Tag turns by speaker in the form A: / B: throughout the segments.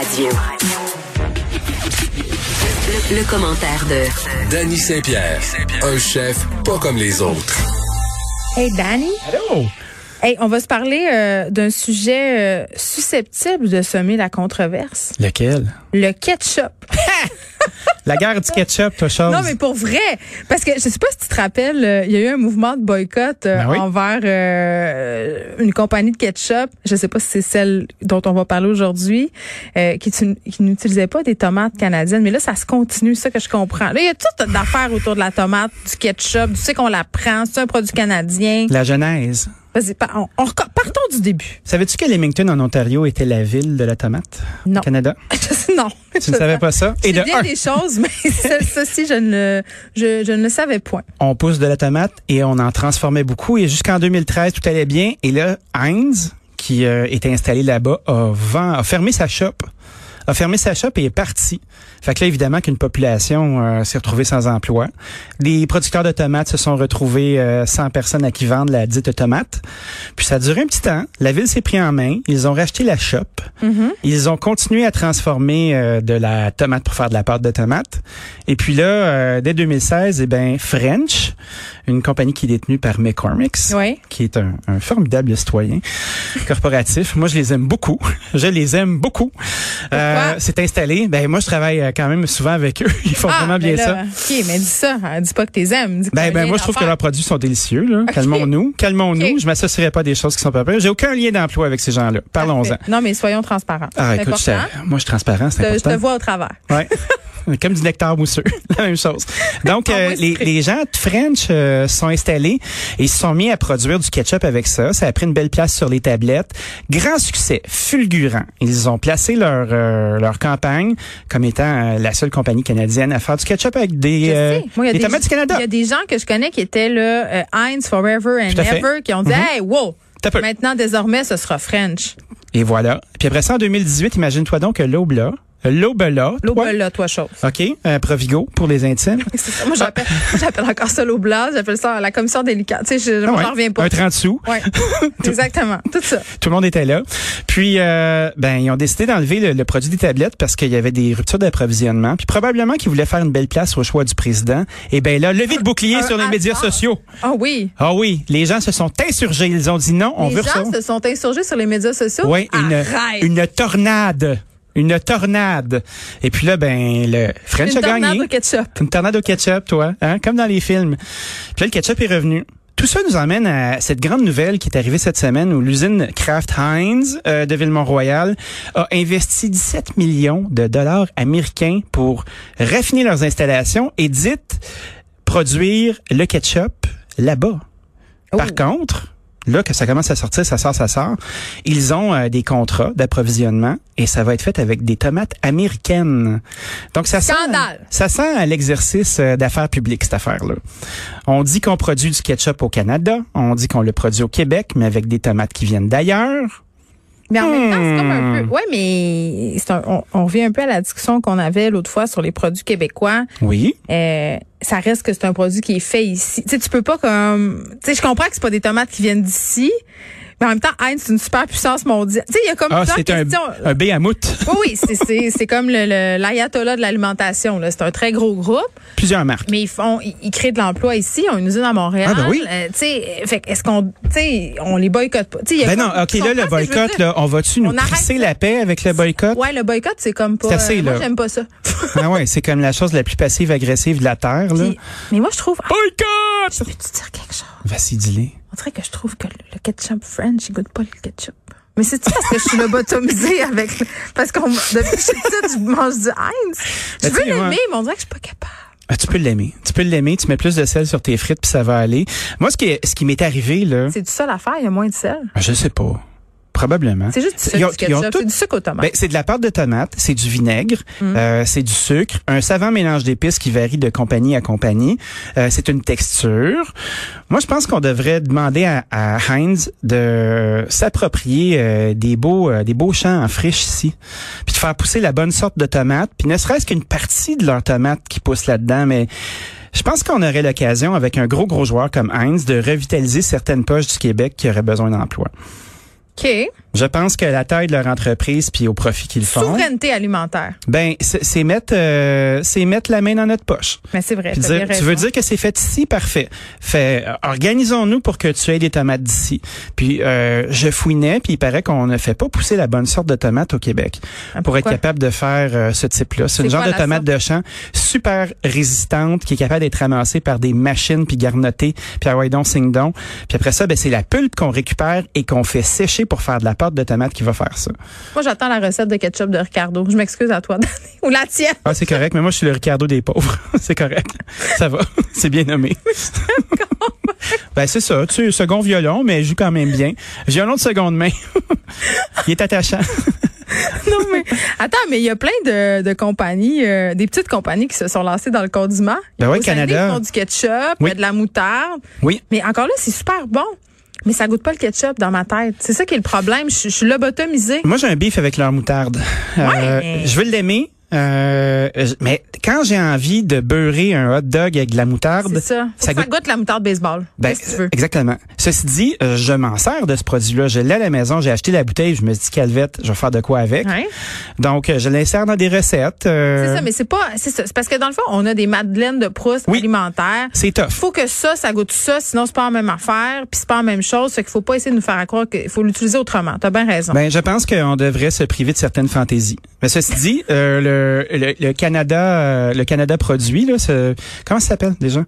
A: Radio. Le, le commentaire de
B: Danny Saint-Pierre, un chef pas comme les autres.
C: Hey Danny. Hey, on va se parler euh, d'un sujet euh, susceptible de semer la controverse.
D: Lequel?
C: Le ketchup.
D: La guerre du ketchup, toi, Charles.
C: Non, mais pour vrai, parce que je sais pas si tu te rappelles, euh, il y a eu un mouvement de boycott euh,
D: Ben oui.
C: envers euh, une compagnie de ketchup. Je sais pas si c'est celle dont on va parler aujourd'hui, euh, qui, tu- qui n'utilisait pas des tomates canadiennes. Mais là, ça se continue, ça que je comprends. Là, il y a toutes d'affaires autour de la tomate, du ketchup, tu sais qu'on la prend, c'est un produit canadien.
D: La Genèse.
C: Vas-y, pa- on, on reco- partons du début.
D: Savais-tu que Leamington, en Ontario, était la ville de la tomate?
C: Non.
D: au Canada.
C: non.
D: Tu ne savais pas ça?
C: C'est
D: de
C: bien
D: un,
C: des choses, mais ce- ceci, je ne, le- je, je ne le savais point.
D: on pousse de la tomate et on en transformait beaucoup. Et jusqu'en 2013, tout allait bien. Et là, Heinz, qui euh, était installé là-bas, a, vend- a fermé sa shop. A fermé sa shop et est parti. Fait que là, évidemment, qu'une population euh, s'est retrouvée sans emploi. Les producteurs de tomates se sont retrouvés euh, sans personne à qui vendre la dite tomate. Puis ça a duré un petit temps. La ville s'est pris en main. Ils ont racheté la shop. Ils ont continué à transformer euh, de la tomate pour faire de la pâte de tomate. Et puis là, euh, dès 2016, eh ben French, une compagnie qui est détenue par McCormick's,
C: Oui.
D: qui est un, un formidable citoyen corporatif. Moi, je les aime beaucoup. Je les aime beaucoup. Euh,
C: Pourquoi?
D: c'est installé. Ben moi, je travaille euh, quand même souvent avec eux. Ils font vraiment bien
C: mais
D: ça.
C: Ah, ben là, hein. OK, mais dis ça. hein, dis pas que t'es aimes. Dis que t'as
D: Ben, ben,
C: rien
D: moi, je trouve que
C: d'affaires.
D: leurs produits sont délicieux. là. Calmons-nous. Calmons-nous.
C: Ok.
D: Je m'associerai pas à des choses qui sont pas vraies. J'ai aucun lien d'emploi avec ces gens-là. Parlons-en.
C: Parfait. Non, mais soyons transparents.
D: Ah,
C: C'est
D: écoute, je
C: important.
D: suis- moi, je suis transparent, c'est
C: Je, je te
D: important.
C: vois au travers.
D: Ouais. Comme du nectar mousseux. La même chose. Donc, euh,
C: oui, c'est
D: les,
C: vrai.
D: les gens de French euh, sont installés et se sont mis à produire du ketchup avec ça. Ça a pris une belle place sur les tablettes. Grand succès, fulgurant. Ils ont placé leur, euh, leur campagne comme étant euh, la seule compagnie canadienne à faire du ketchup avec
C: Je
D: des, euh,
C: sais. Moi, il y a
D: des tomates du Canada.
C: Il y a des gens que je connais qui étaient là, euh, Heinz Forever and
D: Tout à fait.
C: Ever, qui ont dit, hey, wow,
D: T'as peu.
C: maintenant, désormais, ce sera French.
D: Et voilà. Puis après ça, en 2018, imagine-toi donc que l'aube là, euh, l'aube là,
C: L'aube là, toi, chose.
D: OK, euh, Provigo pour les intimes.
C: C'est ça. Moi, j'appelle, j'appelle encore ça l'aube là, j'appelle ça la commission délicate. Tu sais, je, je
D: Ah
C: m'en
D: ouais,
C: reviens pas.
D: Un 30 sous.
C: Ouais. Exactement. Tout ça.
D: Tout le monde était là. Puis, euh, ben, ils ont décidé d'enlever le, le produit des tablettes parce qu'il y avait des ruptures d'approvisionnement. Puis probablement qu'ils voulaient faire une belle place au choix du président. Et ben là, levée de bouclier
C: un
D: sur les
C: hasard.
D: médias sociaux.
C: Ah oui.
D: Ah oui, les gens se sont insurgés. Ils ont dit non, on
C: les
D: veut
C: gens
D: recevoir-
C: se sont insurgés sur les médias sociaux.
D: Oui, une,
C: Arrête.
D: une tornade. Une tornade. Et puis là, ben, le French
C: Une
D: a
C: tornade
D: gagné.
C: au ketchup.
D: Une tornade au ketchup, toi, hein? comme dans les films. Puis là, le ketchup est revenu. Tout ça nous emmène à cette grande nouvelle qui est arrivée cette semaine où l'usine Kraft Heinz euh, de Ville-Mont-Royal a investi 17 millions de dollars américains pour raffiner leurs installations et dites produire le ketchup là-bas.
C: Ah
D: Par contre, là que ça commence à sortir, ça sort, ça sort, ils ont euh, des contrats d'approvisionnement et ça va être fait avec des tomates américaines. Donc ça sent-
C: Scandale.
D: ça sent à l'exercice euh, d'affaires publiques cette affaire-là. On dit qu'on produit du ketchup au Canada, on dit qu'on le produit au Québec, mais avec des tomates qui viennent d'ailleurs.
C: Mais en même temps, c'est comme un
D: Hmm.
C: peu. Ouais, mais c'est un- on, on revient un peu à la discussion qu'on avait l'autre fois sur les produits québécois.
D: Oui.
C: Euh, ça reste que c'est un produit qui est fait ici. Tu sais, tu peux pas comme. Tu sais, je comprends que c'est pas des tomates qui viennent d'ici, mais en même temps, Heinz, c'est une super puissance mondiale. Tu sais, il y a comme
D: Ah,
C: plusieurs
D: c'est un,
C: questions.
D: un béhamout.
C: Oui, oui, c'est- c'est c'est comme le- le- l'ayatollah de l'alimentation. là. C'est un très gros groupe.
D: Plusieurs marques.
C: Mais ils font, ils, ils créent de l'emploi ici. Ils ont une usine à Montréal.
D: Ah, ben oui.
C: Euh, tu sais, fait que est-ce qu'on, tu sais, on les boycotte pas. Tu sais, il y a
D: Ben
C: comme-
D: non, OK,
C: tu
D: là, le
C: comprends ce que je veux
D: boycott,
C: dire?
D: là, on va-tu nous
C: On arrête
D: crisser
C: ça.
D: la paix avec le boycott?
C: Ouais, le boycott, c'est comme pas.
D: C'est assez,
C: euh, moi,
D: là.
C: j'aime pas ça.
D: Ah ouais, c'est comme la chose la plus passive-agressive de la Terre, là.
C: Puis- mais moi, je trouve. Ah,
D: Boycott!
C: je peux-tu dire quelque chose?
D: Vas-y, dis-les.
C: On dirait que je trouve que le, le ketchup French, il goûte pas le ketchup. Mais c'est parce que je suis lobotomisée avec. le- Parce qu'on. Depuis que je suis petite, je mange du Heinz. Je veux
D: Ben, tu sais,
C: l'aimer,
D: ouais.
C: mais on dirait que je suis pas capable.
D: Ah, tu peux l'aimer. Tu peux l'aimer, tu mets plus de sel sur tes frites puis ça va aller. Moi, ce qui, ce qui m'est arrivé, là,
C: C'est du seul à faire, il y a moins de sel.
D: je sais pas. probablement.
C: C'est juste du
D: Ils ont-
C: sucre, du
D: ils ont
C: ketchup,
D: tout-
C: c'est du sucre aux tomates.
D: Ben, c'est de la pâte de tomate, c'est du vinaigre, euh, c'est du sucre, un savant mélange d'épices qui varie de compagnie à compagnie. Euh, c'est une texture. Moi, je pense qu'on devrait demander à, à Heinz de s'approprier euh, des beaux euh, des beaux champs en friche ici, puis de faire pousser la bonne sorte de tomates, puis ne serait-ce qu'une partie de leurs tomates qui pousse là-dedans, mais je pense qu'on aurait l'occasion, avec un gros, gros joueur comme Heinz, de revitaliser certaines poches du Québec qui auraient besoin d'emploi. ben,
C: OK.
D: Je pense que la taille de leur entreprise puis au profit qu'ils font,
C: Souveraineté alimentaire.
D: ben c'est c'est mettre euh, c'est mettre la main dans notre poche.
C: Mais c'est vrai.
D: Puis
C: Ben, t'as bien
D: dire, tu
C: raison.
D: veux dire que c'est fait ici, parfait. Fait, euh, organisons-nous pour que tu aies des tomates d'ici. Puis euh, je fouinais, puis il paraît qu'on ne fait pas pousser la bonne sorte de tomate au Québec
C: Ah,
D: pour être
C: pourquoi?
D: capable de faire euh, ce type-là. C'est
C: C'est
D: une genre
C: quoi
D: de
C: la
D: tomate de champ super résistante qui est capable d'être ramassée par des machines puis garnotée puis ah ouais donc signe donc. Puis après ça, ben c'est la pulpe qu'on récupère et qu'on fait sécher pour faire de la pâte de tomate qui va faire ça.
C: Moi, j'attends la recette de ketchup de Ricardo. Je m'excuse à toi, Danny. Ou la tienne.
D: Ah, c'est correct, mais moi, je suis le Ricardo des pauvres. c'est correct. Ça va. c'est bien nommé. ben, c'est ça. Tu sais, second violon, mais il joue quand même bien. Violon de seconde main. il est attachant.
C: non, mais attends, mais il y a plein de, de compagnies, euh, des petites compagnies qui se sont lancées dans le condiment.
D: Ben oui,
C: Au Saguenay,
D: Canada.
C: Ils font du ketchup,
D: Oui.
C: il y a de la moutarde.
D: Oui.
C: Mais encore là, c'est super bon. Mais ça goûte pas le ketchup dans ma tête. C'est ça qui est le problème. Je, suis- je suis lobotomisée.
D: Moi, j'ai un bif avec leur moutarde. Euh,
C: Ouais.
D: je veux l'aimer. Euh, je- mais quand j'ai envie de beurrer un hot dog avec de la moutarde,
C: C'est ça. Faut
D: ça
C: que ça
D: goûte-
C: goûte la moutarde baseball.
D: Ben,
C: Qu'est-ce que tu veux?
D: Exactement. Ceci dit, euh, je m'en sers de ce produit-là. Je l'ai à la maison, j'ai acheté la bouteille, je me suis dit, calvette, je vais faire de quoi avec.
C: Hein?
D: Donc, euh, je l'insère dans des recettes. euh,
C: C'est ça, mais c'est pas. C'est ça. C'est parce que dans le fond, on a des madeleines de Proust
D: Oui.
C: alimentaires.
D: C'est tough.
C: faut que ça, ça goûte ça, sinon c'est pas la même affaire, puis c'est pas la même chose. Fait qu'il faut pas essayer de nous faire à croire qu'il faut l'utiliser autrement. T'as bien raison.
D: Ben, je pense qu'on devrait se priver de certaines fantaisies. Mais ceci dit, euh, le, le, le Canada, euh, le Canada produit là, ce- comment ça s'appelle déjà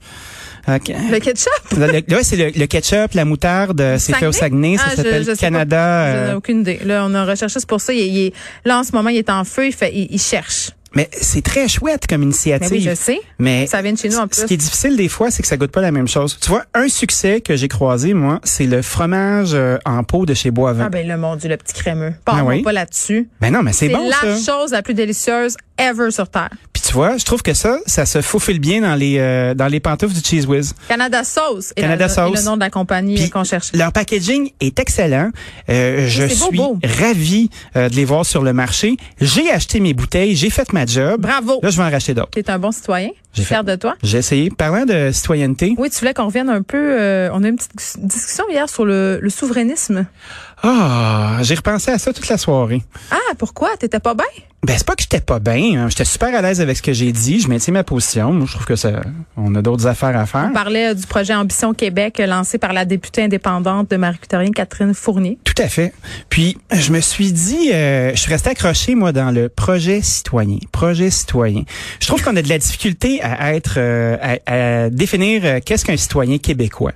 D: Euh, ca-
C: le ketchup?
D: le- le- ouais, c'est le, le ketchup, la moutarde, euh, c'est fait au Saguenay, ça
C: Ah, je-
D: s'appelle
C: je sais
D: Canada.
C: pas. J'en ai
D: euh,
C: aucune idée. Là, on a recherché, c'est pour ça. Il, il est- là, en ce moment, il est en feu, il, fait, il, il cherche.
D: mais c'est très chouette comme
C: Mais
D: initiative.
C: Ben oui, je sais.
D: Mais
C: Ça vient de chez nous, en
D: ce
C: plus.
D: qui est difficile des fois, c'est que ça goûte pas la même chose. Tu vois, un succès que j'ai croisé moi, c'est le fromage euh, en pot de chez Boisvin.
C: Ah ben le mon Dieu, le petit crémeux. Parle-moi
D: Ah oui.
C: pas là-dessus.
D: Mais non, mais c'est
C: C'est
D: bon ça.
C: la chose la plus délicieuse ever sur Terre.
D: Puis tu vois, je trouve que ça, ça se faufile bien dans les euh, dans les pantoufles du Cheese Whiz.
C: Canada Sauce. est
D: Canada
C: la-
D: Sauce.
C: est le nom de la compagnie
D: Puis,
C: qu'on cherche.
D: Leur packaging est excellent. Euh, je
C: c'est beau,
D: suis
C: beau.
D: ravi euh, de les voir sur le marché. J'ai acheté mes bouteilles, j'ai fait ma job.
C: Bravo.
D: Là, je vais en racheter d'autres.
C: T'es un bon citoyen. Je
D: J'ai
C: suis fière
D: fait-
C: de toi.
D: J'ai essayé. Parlant de citoyenneté,
C: Oui, tu voulais qu'on revienne un peu. euh, on a eu une petite dis- discussion hier sur le, le souverainisme.
D: ah, j'ai repensé à ça toute la soirée.
C: Ah, pourquoi? T'étais pas bien?
D: Ben c'est pas que j'étais pas bien. hein. J'étais super à l'aise avec ce que j'ai dit. Je maintiens ma position. Moi, je trouve que ça, on a d'autres affaires à faire.
C: On parlait euh, du projet Ambition Québec euh, lancé par la députée indépendante de Marie-Victorine Catherine Fournier.
D: Tout à fait. Puis je me suis dit, euh, je suis resté accroché moi dans le projet citoyen. Projet citoyen. Je trouve qu'on a de la difficulté à être, euh, à, à définir euh, qu'est-ce qu'un citoyen québécois.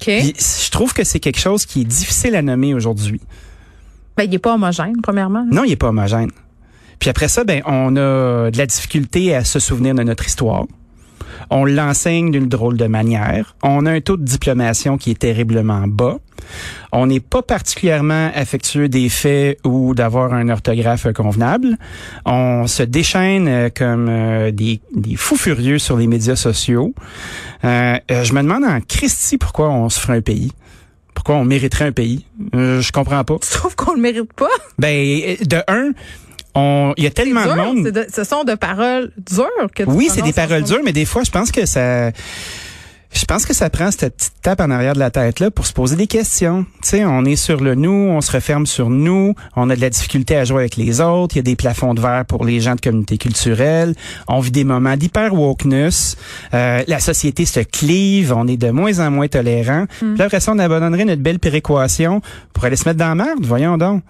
C: OK.
D: Puis je trouve que c'est quelque chose qui est difficile à nommer aujourd'hui.
C: Ben, il est pas homogène, premièrement.
D: Non, il est pas homogène. Puis après ça, ben on a de la difficulté à se souvenir de notre histoire. On l'enseigne d'une drôle de manière. On a un taux de diplomation qui est terriblement bas. On n'est pas particulièrement affectueux des faits ou d'avoir un orthographe euh, convenable. On se déchaîne euh, comme euh, des, des fous furieux sur les médias sociaux. Euh, euh, je me demande en Christie pourquoi on se ferait un pays. Pourquoi on mériterait un pays. Euh, je comprends pas.
C: Tu trouves qu'on le mérite pas?
D: Ben, de un, on, il y a tellement de
C: Dur,
D: monde.
C: c'est de- ce sont de paroles dures que tu
D: Oui, c'est
C: prononces
D: des
C: en
D: paroles
C: ce moment.
D: dures, mais des fois, je pense que ça, je pense que ça prend cette petite tape en arrière de la tête là pour se poser des questions. Tu sais, on est sur le nous, on se referme sur nous, on a de la difficulté à jouer avec les autres. Il y a des plafonds de verre pour les gens de communautés culturelles. On vit des moments d'hyper wokeness. Euh, la société se clive, on est de moins en moins tolérant.
C: Mm.
D: Puis là, après ça, on abandonnerait notre belle péréquation pour aller se mettre dans la merde. Voyons donc.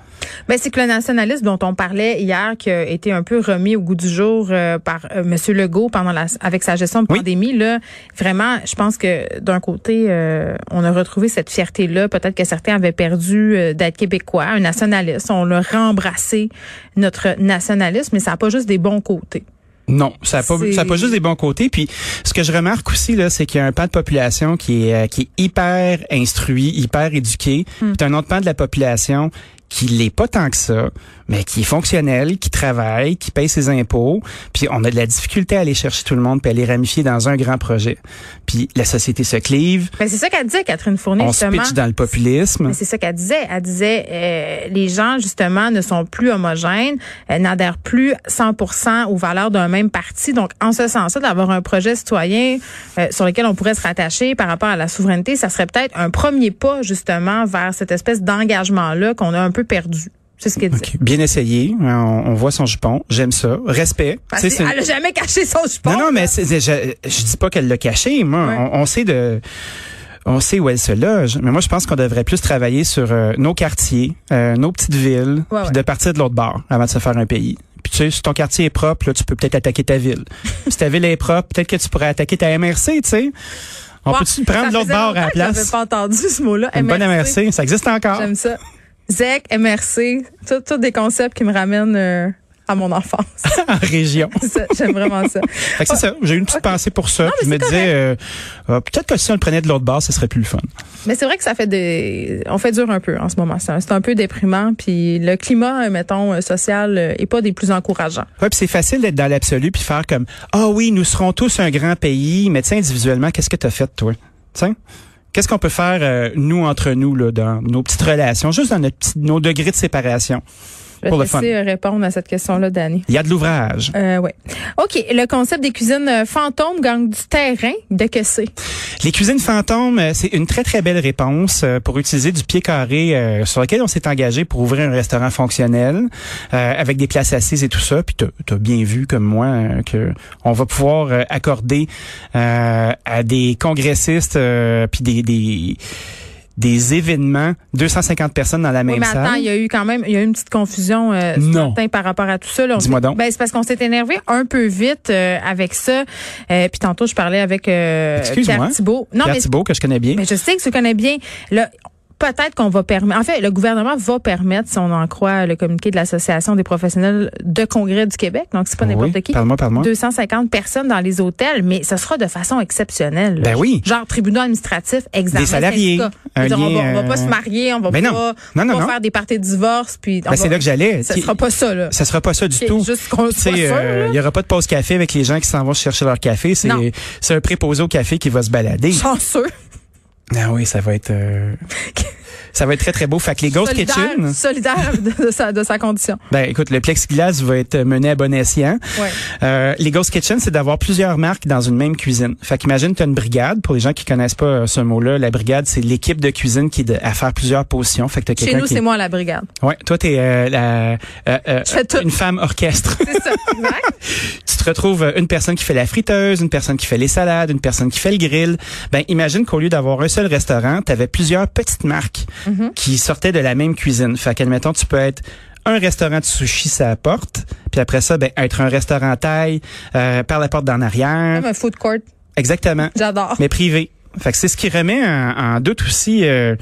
C: Ben, c'est que le nationalisme dont on parlait hier, qui a été un peu remis au goût du jour euh, par euh, Monsieur Legault pendant la, avec sa gestion de
D: Oui.
C: pandémie, là, vraiment, je pense que d'un côté, euh, on a retrouvé cette fierté-là. Peut-être que certains avaient perdu euh, d'être québécois, un nationaliste. On l'a rembrassé, notre nationalisme, mais ça n'a pas juste des bons côtés.
D: Non, ça n'a pas,
C: C'est-
D: ça a pas juste des bons côtés. Puis, ce que je remarque aussi là, c'est qu'il y a un pan de
C: Hmm.
D: population qui est euh, qui est hyper instruit, hyper éduqué, puis t'as un autre pan de la population qui l'est pas tant que ça, mais qui est fonctionnel, qui travaille, qui paye ses impôts. Puis on a de la difficulté à aller chercher tout le monde puis à les ramifier dans un grand projet. Puis la société se clive.
C: Mais Ben, c'est ça qu'elle disait, Catherine Fournier,
D: On se
C: justement.
D: pitche dans le populisme.
C: Mais c'est ça qu'elle disait. Elle disait euh, les gens justement ne sont plus homogènes, euh, n'adhèrent plus 100% aux valeurs d'un même parti. Donc en ce sens-là, d'avoir un projet citoyen euh, sur lequel on pourrait se rattacher par rapport à la souveraineté, ça serait peut-être un premier pas justement vers cette espèce d'engagement-là qu'on a un peu perdu. C'est ce qu'elle disait.
D: Ok, Bien essayé. On, on voit son jupon. J'aime ça. Respect.
C: Parce
D: Tu sais, c'est-
C: qu'elle n'a jamais caché son support.
D: Non, non, mais c'est- c'est- je, je dis pas qu'elle l'a caché. Moi,
C: Ouais.
D: on, on sait de. On sait où elle se loge, mais moi je pense qu'on devrait plus travailler sur euh, nos quartiers, euh, nos petites villes,
C: Ouais,
D: puis
C: ouais.
D: de partir de l'autre bord avant de se faire un pays. Puis tu sais, si ton quartier est propre, là, tu peux peut-être attaquer ta ville. si ta ville est propre, peut-être que tu pourrais attaquer ta MRC, tu sais. On
C: Ouais,
D: peut-tu prendre
C: ça
D: l'autre
C: faisait
D: bord à
C: longtemps
D: la
C: que j'avais
D: place?
C: pas entendu ce mot-là.
D: Une bonne MRC, ça existe encore.
C: J'aime ça. ZEC, MRC, tout- tous des concepts qui me ramènent euh, à mon enfance.
D: en région.
C: Ça, J'aime vraiment ça.
D: Fait que c'est ça. J'ai eu une petite pensée pour ça. puis je me disais, euh, euh, peut-être que si on le prenait de l'autre bord, ce serait plus le fun.
C: Mais c'est vrai que ça fait des, on fait dur un peu en ce moment. C'est un, c'est un peu déprimant. Puis le climat, euh, mettons, euh, social, euh, est pas des plus encourageants.
D: Ouais, puis c'est facile d'être dans l'absolu puis faire comme ah oui, nous serons tous un grand pays, mais tiens individuellement, qu'est-ce que t'as fait toi Tiens, qu'est-ce qu'on peut faire euh, nous entre nous là dans nos petites relations, juste dans notre petit- nos degrés de séparation.
C: Je vais
D: Pour
C: te
D: le fun.
C: laisser euh, répondre à cette question-là, Danny.
D: Il y a de l'ouvrage.
C: Euh, ouais. OK. Le concept des cuisines euh, fantômes gagne du terrain. De que c'est?
D: Les cuisines fantômes, euh, c'est une très très belle réponse euh, pour utiliser du pied carré euh, sur lequel on s'est engagé pour ouvrir un restaurant fonctionnel euh, avec des places assises et tout ça. Puis t'as t'as bien vu comme moi euh, que on va pouvoir euh, accorder euh, à des congressistes euh, puis des, des des événements 250 personnes dans la
C: Oui,
D: même
C: mais
D: salle.
C: attends, il y a eu quand même, il y a eu une petite confusion euh, ce
D: Non.
C: matin par rapport à tout ça. là. On-
D: Dis-moi donc.
C: Ben, c'est parce qu'on s'est énervé un peu vite euh, avec ça. Euh, puis tantôt, je parlais avec euh,
D: Excuse-moi.
C: Pierre Thibault. Non,
D: Pierre
C: mais
D: Thibault, que je connais bien.
C: Mais je sais que tu connais bien. Là, peut-être qu'on va permettre. En fait, le gouvernement va permettre, si on en croit le communiqué de l'Association des professionnels de congrès du Québec, donc c'est pas n'importe
D: Oui,
C: qui.
D: Parle-moi, parle-moi.
C: 250 personnes dans les hôtels, mais ce sera de façon exceptionnelle. là.
D: Ben oui.
C: Genre tribunal administratif, examen.
D: Des salariés,
C: syndicat.
D: un
C: Je veux dire, on, va,
D: lien,
C: on va pas
D: euh,
C: se marier, on va
D: ben non.
C: pas,
D: Non, non,
C: pas
D: non.
C: faire des parties de divorce, puis on
D: Ben, c'est
C: va-
D: là que j'allais.
C: ça
D: Qui-
C: sera pas ça là.
D: Ça sera pas ça du
C: C'est
D: tout.
C: Juste qu'on
D: Tu sais,
C: soit sûr,
D: euh,
C: là.
D: il y aura pas de pause café avec les gens qui s'en vont chercher leur café. C'est
C: Non.
D: c'est un préposé au café qui va se balader.
C: chanceux,
D: Ah oui, ça va être euh, ça va être très très beau. Fait que les Ghost Kitchen,
C: solidaire, solidaire de, sa, de sa condition.
D: ben écoute, le plexiglas va être mené à bon escient.
C: Ouais.
D: Euh, les Ghost Kitchen, c'est d'avoir plusieurs marques dans une même cuisine. Fait qu'imagine tu as une brigade. Pour les gens qui connaissent pas euh, ce mot-là, la brigade, c'est l'équipe de cuisine qui est de- à faire plusieurs positions. Fait que t'as
C: Chez
D: quelqu'un
C: nous,
D: qui
C: c'est moi la brigade.
D: ouais, toi t'es euh, la euh, euh,
C: Je fais tout.
D: une femme orchestre.
C: C'est ça, exact.
D: tu te retrouves euh, une personne qui fait la friteuse, une personne qui fait les salades, une personne qui fait le grill. Ben imagine qu'au lieu d'avoir un seul restaurant, tu avais plusieurs petites marques qui sortaient de la même cuisine. Fait qu'admettons, tu peux être un restaurant de sushi ça la porte, puis après ça ben être un restaurant taille euh, par la porte d'en arrière.
C: Comme un food court.
D: Exactement
C: J'adore.
D: mais privé. Fait que c'est ce qui remet en, en doute aussi euh,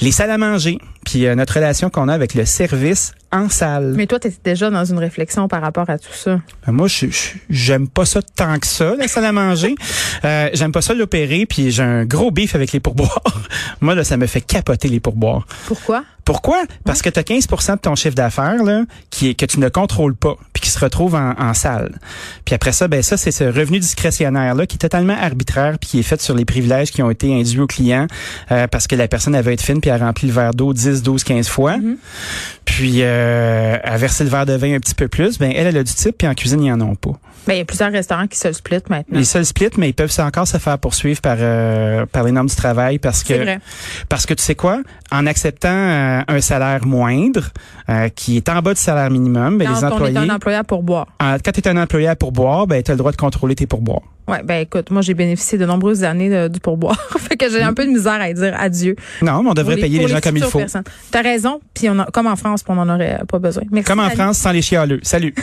D: les salles à manger, puis euh, notre relation qu'on a avec le service en salle.
C: Mais toi, tu étais déjà dans une réflexion par rapport à tout ça.
D: Ben, Moi, je- je- j'aime pas ça tant que ça, la salle à manger. Euh, j'aime pas ça l'opérer, puis j'ai un gros bif avec les pourboires. Moi, là, ça me fait capoter les pourboires.
C: Pourquoi?
D: Pourquoi? Parce que tu as 15 de ton chiffre d'affaires là, qui est, que tu ne contrôles pas, puis qui se retrouve en, en salle. Puis après ça, ben ça, c'est ce revenu discrétionnaire-là qui est totalement arbitraire, puis qui est fait sur les privilèges qui ont été induits au client euh, parce que la personne avait été fine, puis elle a rempli le verre d'eau 10, 12, 15 fois.
C: Mm-hmm.
D: Puis euh, elle a versé le verre de vin un petit peu plus. Ben elle, elle a du type, puis en cuisine, ils en ont pas.
C: Ben, il y a plusieurs restaurants qui se le splitent maintenant.
D: Les seuls splits, mais ils peuvent encore se faire poursuivre par, euh, par les normes du travail parce que...
C: C'est vrai.
D: Parce que tu sais quoi, en acceptant euh, un salaire moindre euh, qui est en bas du salaire minimum, ben,
C: Quand
D: les
C: on est
D: employés,
C: un employeur pour boire.
D: en- quand tu es un employé à pourboire, ben, tu as le droit de contrôler tes pourboires.
C: Ouais, ben écoute, moi j'ai bénéficié de nombreuses années de- du pourboire. fait que j'ai un peu de misère à dire adieu.
D: Non, mais on devrait
C: Pour
D: Mm. payer
C: pour
D: les gens comme il
C: futures
D: faut.
C: personnes. T'as raison, puis on a- comme en France, puis on en aurait pas besoin. Merci,
D: Comme en
C: Dani.
D: France, sans les chialeux. Salut.